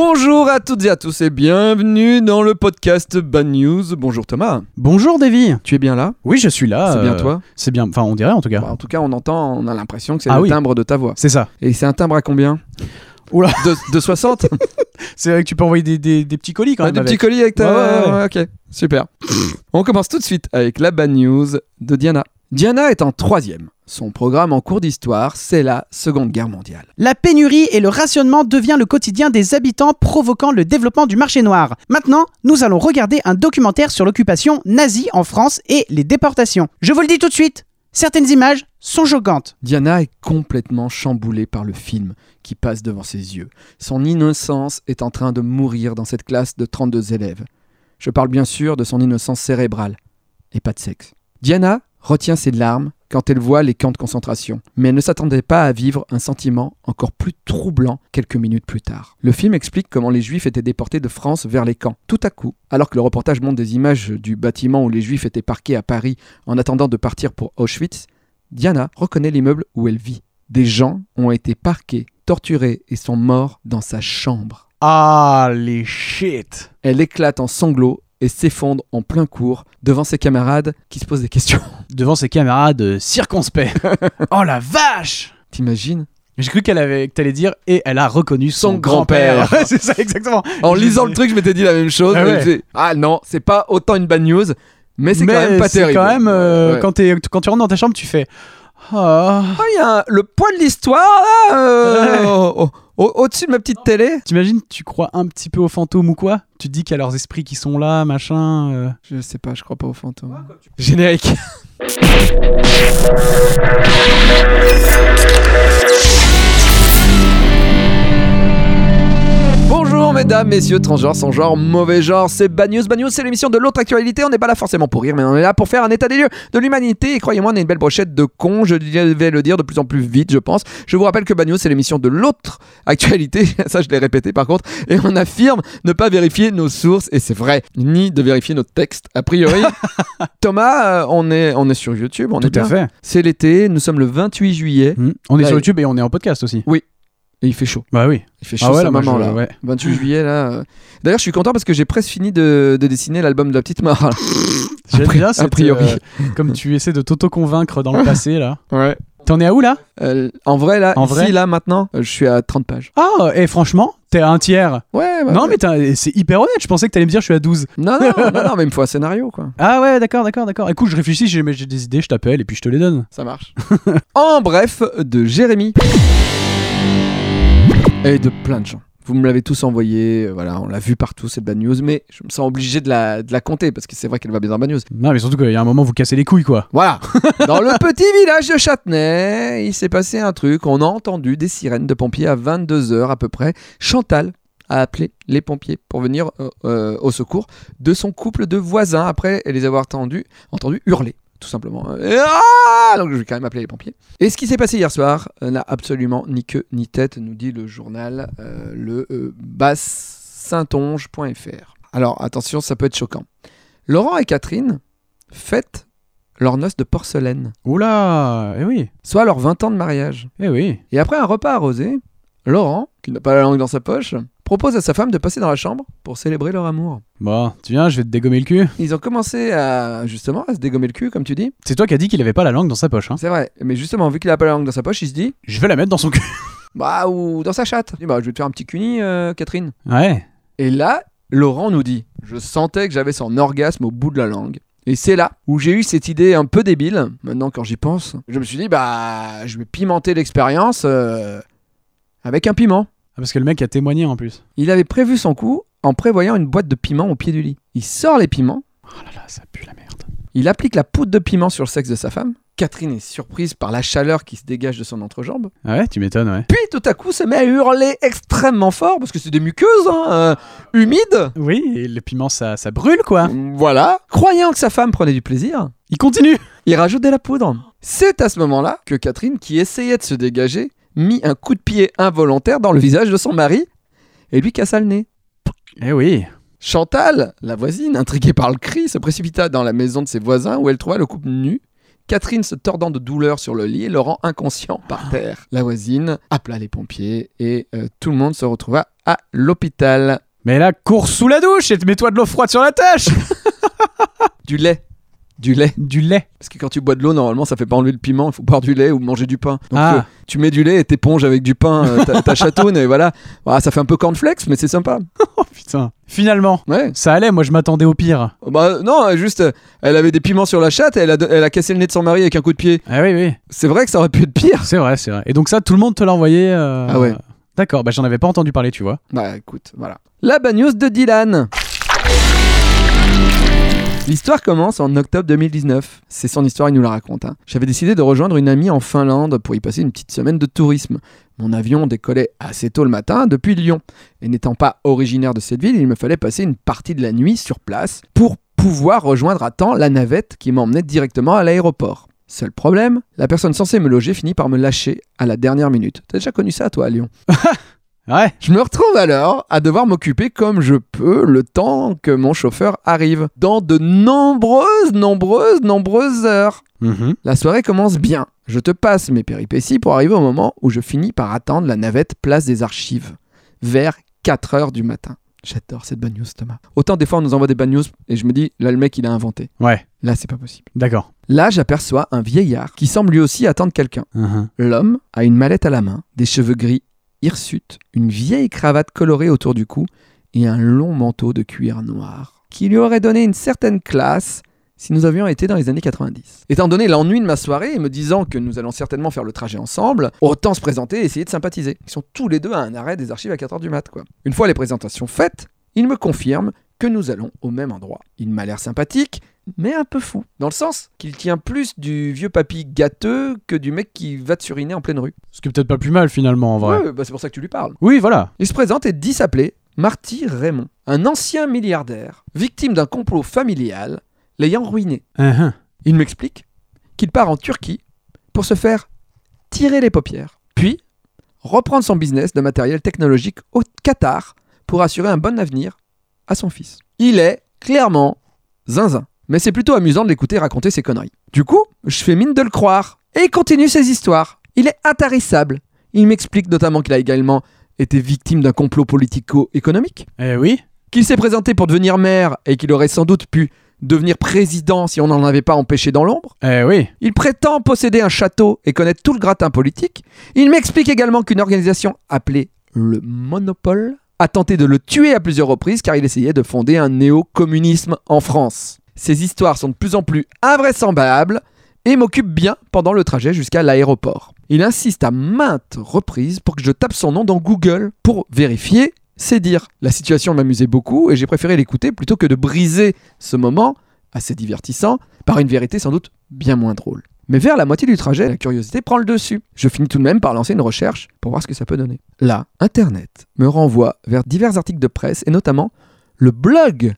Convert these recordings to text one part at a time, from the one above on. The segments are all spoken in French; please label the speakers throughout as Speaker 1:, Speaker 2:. Speaker 1: Bonjour à toutes et à tous et bienvenue dans le podcast Bad News. Bonjour Thomas,
Speaker 2: Bonjour Davy.
Speaker 1: tu es bien là
Speaker 2: Oui, je suis là.
Speaker 1: C'est bien
Speaker 2: euh,
Speaker 1: toi
Speaker 2: C'est bien, enfin on dirait en tout cas.
Speaker 1: Bah, En tout cas, on entend, on a l'impression que c'est
Speaker 2: euh, Ah
Speaker 1: le
Speaker 2: oui.
Speaker 1: timbre de ta voix.
Speaker 2: C'est ça.
Speaker 1: Et c'est un timbre à combien
Speaker 2: Oula.
Speaker 1: de, de 60
Speaker 2: C'est vrai que tu peux envoyer des, des- des petits colis quand
Speaker 1: Ouais,
Speaker 2: même.
Speaker 1: Des petits
Speaker 2: avec.
Speaker 1: colis avec ta...
Speaker 2: Ouais, ouais,
Speaker 1: Ok, super. on commence tout de suite avec la Bad News de Diana. Diana est en troisième. Son programme en cours d'histoire, c'est la Seconde Guerre mondiale.
Speaker 2: La pénurie et le rationnement devient le quotidien des habitants provoquant le développement du marché noir. Maintenant, nous allons regarder un documentaire sur l'occupation nazie en France et les déportations. Je vous le dis tout de suite, certaines images sont choquantes.
Speaker 1: Diana est complètement chamboulée par le film qui passe devant ses yeux. Son innocence est en train de mourir dans cette classe de 32 élèves. Je parle bien sûr de son innocence cérébrale et pas de sexe. Diana retient ses larmes quand elle voit les camps de concentration, mais elle ne s'attendait pas à vivre un sentiment encore plus troublant quelques minutes plus tard. Le film explique comment les Juifs étaient déportés de France vers les camps. Tout à coup, alors que le reportage montre des images du bâtiment où les Juifs étaient parqués à Paris en attendant de partir pour Auschwitz, Diana reconnaît l'immeuble où elle vit. Des gens ont été parqués, torturés et sont morts dans sa chambre.
Speaker 2: Ah les shit.
Speaker 1: Elle éclate en sanglots et s'effondre en plein cours devant ses camarades qui se posent des questions.
Speaker 2: Devant ses camarades circonspects. oh la vache
Speaker 1: T'imagines
Speaker 2: J'ai cru qu'elle avait, que t'allais dire, et elle a reconnu son,
Speaker 1: Son
Speaker 2: grand-père.
Speaker 1: grand-père.
Speaker 2: c'est ça, exactement.
Speaker 1: En
Speaker 2: J'ai-
Speaker 1: lisant le truc, je m'étais dit la même chose.
Speaker 2: Ah
Speaker 1: mais
Speaker 2: ouais.
Speaker 1: j'ai- Ah non, c'est pas autant une bad news, mais c'est quand même pas
Speaker 2: c'est
Speaker 1: terrible.
Speaker 2: quand même, euh,
Speaker 1: Ouais.
Speaker 2: quand, t'es- quand tu rentres dans ta chambre, tu fais. Ah.
Speaker 1: Ah, il y a un- le poids de l'histoire là, euh, au- au- au-dessus de ma petite télé.
Speaker 2: T'imagines, tu crois un petit peu aux fantômes ou quoi Tu te dis qu'il y a leurs esprits qui sont là, machin. euh.
Speaker 1: Je sais pas, je crois pas aux fantômes. Générique. Bonjour mesdames, messieurs, transgenres, sans genre, mauvais genre, c'est Bad News. Bad News, c'est l'émission de l'autre actualité. On n'est pas là forcément pour rire, mais on est là pour faire un état des lieux de l'humanité. Et croyez-moi, on est une belle brochette de cons. Je vais le dire de plus en plus vite, je pense. Je vous rappelle que Bad News, c'est l'émission de l'autre actualité. Ça, je l'ai répété par contre. Et on affirme ne pas vérifier nos sources, et c'est vrai, ni de vérifier nos textes. A priori, Thomas, euh, on est, on est sur YouTube, on est bien.
Speaker 2: fait.
Speaker 1: C'est l'été, nous sommes le 28 juillet,
Speaker 2: Hmm. On est
Speaker 1: Ouais.
Speaker 2: sur YouTube et on est en podcast aussi.
Speaker 1: et il fait chaud.
Speaker 2: Bah oui.
Speaker 1: Il fait chaud ce
Speaker 2: moi, je-
Speaker 1: moment là.
Speaker 2: ouais.
Speaker 1: 28 juillet là. euh. D'ailleurs, je suis content parce que j'ai presque fini de, de dessiner l'album de la petite Mara.
Speaker 2: J'aime
Speaker 1: pri-
Speaker 2: bien
Speaker 1: a
Speaker 2: cette,
Speaker 1: priori.
Speaker 2: euh, comme tu essaies de t'auto-convaincre dans le passé là.
Speaker 1: Ouais.
Speaker 2: T'en es à où là
Speaker 1: Euh, en vrai là,
Speaker 2: En
Speaker 1: ici
Speaker 2: vrai
Speaker 1: là maintenant, euh, je suis à 30 pages.
Speaker 2: Ah, et franchement, t'es à un tiers.
Speaker 1: Ah Ouais. ouais,
Speaker 2: non,
Speaker 1: ouais.
Speaker 2: mais t'as- c'est hyper honnête. Je pensais que t'allais me dire je suis à 12.
Speaker 1: non, non, non, non, mais il me faut un scénario quoi.
Speaker 2: Ah ouais, d'accord, d'accord, d'accord. Écoute, je réfléchis, j'ai mais j'ai des idées, je t'appelle et puis je te les donne.
Speaker 1: Ça marche. en bref, de Jérémy. Et de plein de gens. Vous me l'avez tous envoyé, euh, voilà, on l'a vu partout cette bad news, mais je me sens obligé de la, de la compter parce que c'est vrai qu'elle va bien dans bad news.
Speaker 2: Non, mais surtout qu'il y a un moment, vous cassez les couilles quoi.
Speaker 1: Voilà, dans le petit village de Châtenay, il s'est passé un truc. On a entendu des sirènes de pompiers à 22h à peu près. Chantal a appelé les pompiers pour venir euh, euh, au secours de son couple de voisins après les avoir tendus, entendu hurler, tout simplement. Euh, et ah Donc je vais quand même appeler les pompiers. Et ce qui s'est passé hier soir euh, n'a absolument ni queue ni tête, nous dit le journal euh, le euh, bassintonge.fr. Alors attention, ça peut être choquant. Laurent et Catherine fêtent leur noce de porcelaine,
Speaker 2: Oula, eh oui,
Speaker 1: soit leurs 20 ans de mariage.
Speaker 2: eh oui.
Speaker 1: Et après un repas arrosé, Laurent, qui n'a pas la langue dans sa poche, propose à sa femme de passer dans la chambre pour célébrer leur amour.
Speaker 2: Bon, tu viens, je vais te dégommer le cul.
Speaker 1: Ils ont commencé à justement à se dégommer le cul, comme tu dis.
Speaker 2: C'est toi qui as dit qu'il avait pas la langue dans sa poche. Hein.
Speaker 1: C'est vrai, mais justement, vu qu'il n'a pas la langue dans sa poche, il se dit
Speaker 2: Je vais la mettre dans son cul.
Speaker 1: Bah, ou dans sa chatte. Il dit, bah, je vais te faire un petit cuni, euh, Catherine.
Speaker 2: Ouais.
Speaker 1: Et là, Laurent nous dit Je sentais que j'avais son orgasme au bout de la langue. Et c'est là où j'ai eu cette idée un peu débile, maintenant quand j'y pense. Je me suis dit Bah, je vais pimenter l'expérience euh, avec un piment.
Speaker 2: Ah, parce que le mec a témoigné en plus.
Speaker 1: Il avait prévu son coup en prévoyant une boîte de piments au pied du lit. Il sort les piments,
Speaker 2: Oh là là, ça pue la merde.
Speaker 1: il applique la poudre de piment sur le sexe de sa femme. Catherine est surprise par la chaleur qui se dégage de son entrejambe.
Speaker 2: Ah Ouais, tu m'étonnes, ouais.
Speaker 1: Puis tout à coup se met à hurler extrêmement fort, parce que c'est des muqueuses, hein, euh, humides.
Speaker 2: Oui, et le piment, ça, ça brûle quoi.
Speaker 1: Voilà. Croyant que sa femme prenait du plaisir,
Speaker 2: Il continue.
Speaker 1: il rajoute de la poudre. C'est à ce moment-là que Catherine, qui essayait de se dégager, mit un coup de pied involontaire dans le visage de son mari et lui cassa le nez.
Speaker 2: Eh oui.
Speaker 1: Chantal, la voisine, intriguée par le cri, se précipita dans la maison de ses voisins où elle trouva le couple nu Catherine se tordant de douleur sur le lit et le rend inconscient par terre. La voisine appela les pompiers et euh, tout le monde se retrouva à l'hôpital.
Speaker 2: Mais là, cours sous la douche et te mets-toi de l'eau froide sur la tâche
Speaker 1: Du lait. Du lait.
Speaker 2: Du lait.
Speaker 1: Parce que quand tu bois de l'eau, normalement, ça fait pas enlever le piment. Il faut boire du lait ou manger du pain. Donc,
Speaker 2: Ah.
Speaker 1: euh, tu mets du lait et t'éponges avec du pain, euh, ta, ta chatoune, et voilà. Ah, ça fait un peu cornflakes, mais c'est sympa.
Speaker 2: Oh putain. Finalement,
Speaker 1: Ouais.
Speaker 2: ça allait, moi je m'attendais au pire.
Speaker 1: Bah, non, juste, euh, elle avait des piments sur la chatte et elle a, elle a cassé le nez de son mari avec un coup de pied.
Speaker 2: Ah oui, oui.
Speaker 1: C'est vrai que ça aurait pu être pire.
Speaker 2: C'est vrai, c'est vrai. Et donc ça, tout le monde te l'a envoyé. euh,
Speaker 1: Ah ouais.
Speaker 2: D'accord, bah j'en avais pas entendu parler, tu vois.
Speaker 1: Bah écoute, voilà. La bagnose de Dylan. L'histoire commence en octobre 2019. C'est son histoire, il nous la raconte. hein. J'avais décidé de rejoindre une amie en Finlande pour y passer une petite semaine de tourisme. Mon avion décollait assez tôt le matin depuis Lyon. Et n'étant pas originaire de cette ville, il me fallait passer une partie de la nuit sur place pour pouvoir rejoindre à temps la navette qui m'emmenait directement à l'aéroport. Seul problème, la personne censée me loger finit par me lâcher à la dernière minute. T'as déjà connu ça, toi, à Lyon
Speaker 2: Ah Ouais.
Speaker 1: je me retrouve alors à devoir m'occuper comme je peux le temps que mon chauffeur arrive, dans de nombreuses, nombreuses, nombreuses heures.
Speaker 2: Mm-hmm.
Speaker 1: La soirée commence bien. Je te passe mes péripéties pour arriver au moment où je finis par attendre la navette place des archives, vers 4 heures du matin. J'adore cette bad news, Thomas. Autant des fois on nous envoie des bad news et je me dis, là le mec il a inventé.
Speaker 2: Ouais,
Speaker 1: Là c'est pas possible.
Speaker 2: d'accord.
Speaker 1: Là j'aperçois un vieillard qui semble lui aussi attendre quelqu'un.
Speaker 2: Mhm.
Speaker 1: L'homme a une mallette à la main, des cheveux gris hirsutes, une vieille cravate colorée autour du cou et un long manteau de cuir noir, qui lui aurait donné une certaine classe si nous avions été dans les années 90. Étant donné l'ennui de ma soirée et me disant que nous allons certainement faire le trajet ensemble, autant se présenter et essayer de sympathiser. Ils sont tous les deux à un arrêt des archives à 4h du mat, quoi. Une fois les présentations faites, il me confirme que nous allons au même endroit. Il m'a l'air sympathique, mais un peu fou. Dans le sens qu'il tient plus du vieux papy gâteux que du mec qui va te suriner en pleine rue.
Speaker 2: Ce qui est peut-être pas plus mal finalement en vrai.
Speaker 1: Ouais, bah c'est pour ça que tu lui parles.
Speaker 2: Oui, voilà.
Speaker 1: Il se présente et dit s'appeler Marty Raymond, un ancien milliardaire, victime d'un complot familial l'ayant ruiné.
Speaker 2: Mhm.
Speaker 1: Il m'explique qu'il part en Turquie pour se faire tirer les paupières, puis reprendre son business de matériel technologique au Qatar pour assurer un bon avenir à son fils. Il est clairement zinzin, mais c'est plutôt amusant de l'écouter raconter ses conneries. Du coup, je fais mine de le croire et il continue ses histoires. Il est intarissable. Il m'explique notamment qu'il a également été victime d'un complot politico-économique
Speaker 2: Eh oui.
Speaker 1: qu'il s'est présenté pour devenir maire et qu'il aurait sans doute pu devenir président si on n'en avait pas empêché dans l'ombre.
Speaker 2: Eh oui.
Speaker 1: Il prétend posséder un château et connaître tout le gratin politique. Il m'explique également qu'une organisation appelée le Monopole a tenté de le tuer à plusieurs reprises car il essayait de fonder un néo-communisme en France. Ces histoires sont de plus en plus invraisemblables et m'occupent bien pendant le trajet jusqu'à l'aéroport. Il insiste à maintes reprises pour que je tape son nom dans Google pour vérifier ses dires. La situation m'amusait beaucoup et j'ai préféré l'écouter plutôt que de briser ce moment assez divertissant par une vérité sans doute bien moins drôle. Mais vers la moitié du trajet, la curiosité prend le dessus. Je finis tout de même par lancer une recherche pour voir ce que ça peut donner. Là, Internet me renvoie vers divers articles de presse et notamment le blog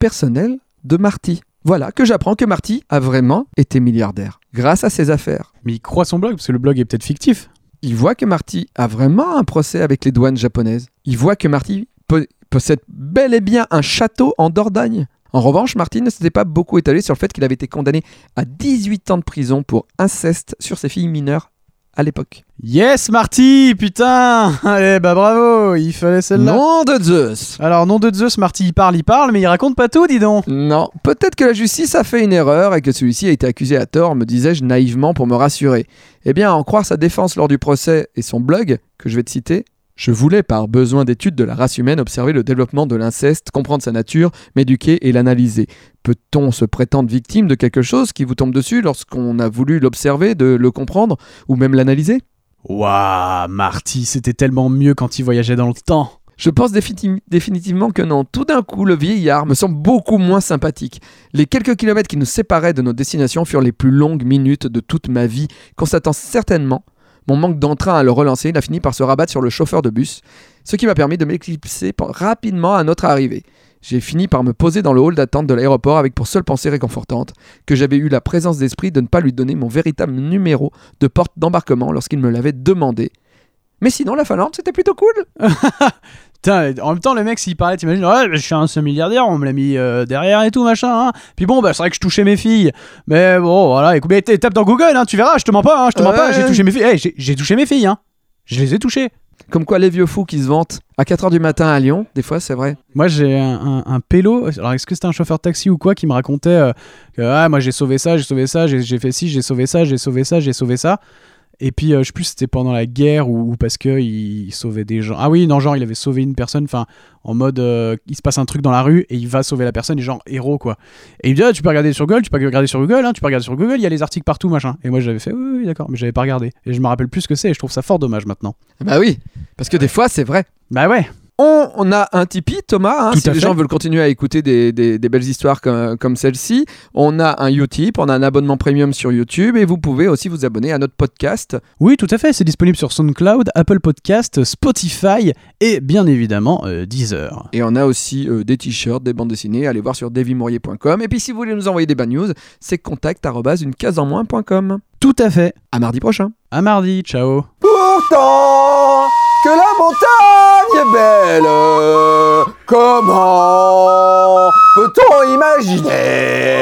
Speaker 1: personnel de Marty. Voilà que j'apprends que Marty a vraiment été milliardaire grâce à ses affaires.
Speaker 2: Mais il croit son blog parce que le blog est peut-être fictif.
Speaker 1: Il voit que Marty a vraiment un procès avec les douanes japonaises. Il voit que Marty po- possède bel et bien un château en Dordogne. En revanche, Marty ne s'était pas beaucoup étalé sur le fait qu'il avait été condamné à 18 ans de prison pour inceste sur ses filles mineures à l'époque.
Speaker 2: Yes, Marty, putain. Allez, bah bravo, il fallait celle-là.
Speaker 1: Nom de Zeus
Speaker 2: Alors, nom de Zeus, Marty, il parle, il parle, mais il raconte pas tout, dis donc.
Speaker 1: Non, peut-être que la justice a fait une erreur et que celui-ci a été accusé à tort, me disais-je naïvement pour me rassurer. Eh bien, à en croire sa défense lors du procès et son blog, que je vais te citer, je voulais, par besoin d'étude de la race humaine, observer le développement de l'inceste, comprendre sa nature, m'éduquer et l'analyser. Peut-on se prétendre victime de quelque chose qui vous tombe dessus lorsqu'on a voulu l'observer, de le comprendre ou même l'analyser
Speaker 2: Waouh, Marty, c'était tellement mieux quand il voyageait dans le temps.
Speaker 1: Je pense définitiv- définitivement que non. Tout d'un coup, le vieillard me semble beaucoup moins sympathique. Les quelques kilomètres qui nous séparaient de nos destinations furent les plus longues minutes de toute ma vie, constatant certainement mon manque d'entrain à le relancer, il a fini par se rabattre sur le chauffeur de bus, ce qui m'a permis de m'éclipser pen- rapidement à notre arrivée. J'ai fini par me poser dans le hall d'attente de l'aéroport avec pour seule pensée réconfortante que j'avais eu la présence d'esprit de ne pas lui donner mon véritable numéro de porte d'embarquement lorsqu'il me l'avait demandé. Mais sinon, la Finlande, c'était plutôt cool.
Speaker 2: Putain, en même temps, le mec, s'il parlait, t'imagines, ouais, je suis un milliardaire, on me l'a mis euh, derrière et tout, machin. hein. Puis bon, bah, c'est vrai que je touchais mes filles. Mais bon, voilà, écoute, mais t- tape dans Google, hein, tu verras, je te mens pas, hein, je te mens pas,
Speaker 1: Ouais.
Speaker 2: j'ai touché mes filles. Eh, j'ai- j'ai touché mes filles, hein. Je les ai touchées.
Speaker 1: Comme quoi, les vieux fous qui se vantent à 4h du matin à Lyon, des fois, c'est vrai.
Speaker 2: Moi, j'ai un, un, un pélo. Alors, est-ce que c'était un chauffeur de taxi ou quoi qui me racontait euh, que ah, moi j'ai sauvé ça, j'ai sauvé ça, j'ai j'ai fait ci, j'ai sauvé ça, j'ai sauvé ça, j'ai sauvé ça. Et puis, euh, je sais plus si c'était pendant la guerre ou, ou parce que il, il sauvait des gens. Ah oui, non, genre il avait sauvé une personne. Enfin, en mode euh, il se passe un truc dans la rue et il va sauver la personne. Et genre héros quoi. Et il me dit ah, tu peux regarder sur Google, tu peux regarder sur Google, hein, tu peux regarder sur Google. Il y a les articles partout machin. Et moi j'avais fait oui, oui, d'accord, mais j'avais pas regardé. Et je me rappelle plus ce que c'est. Et je trouve ça fort dommage maintenant.
Speaker 1: Bah oui, parce que des fois, c'est vrai.
Speaker 2: Bah ouais.
Speaker 1: On, on a un Tipeee, Thomas, hein,
Speaker 2: Tout
Speaker 1: si
Speaker 2: à
Speaker 1: les
Speaker 2: fait.
Speaker 1: gens veulent continuer à écouter des, des- des belles histoires comme, comme celle-ci. On a un Utip, on a un abonnement premium sur YouTube et vous pouvez aussi vous abonner à notre podcast.
Speaker 2: Oui, tout à fait, c'est disponible sur SoundCloud, Apple Podcast, Spotify et bien évidemment euh, Deezer.
Speaker 1: Et on a aussi euh, des t-shirts, des bandes dessinées, allez voir sur davimourier.com. Et puis si vous voulez nous envoyer des bad news, c'est contact arobase une case en moins point com.
Speaker 2: Tout à fait.
Speaker 1: À mardi prochain.
Speaker 2: À mardi, ciao.
Speaker 1: Pourtant que la montagne est belle, comment peut-on imaginer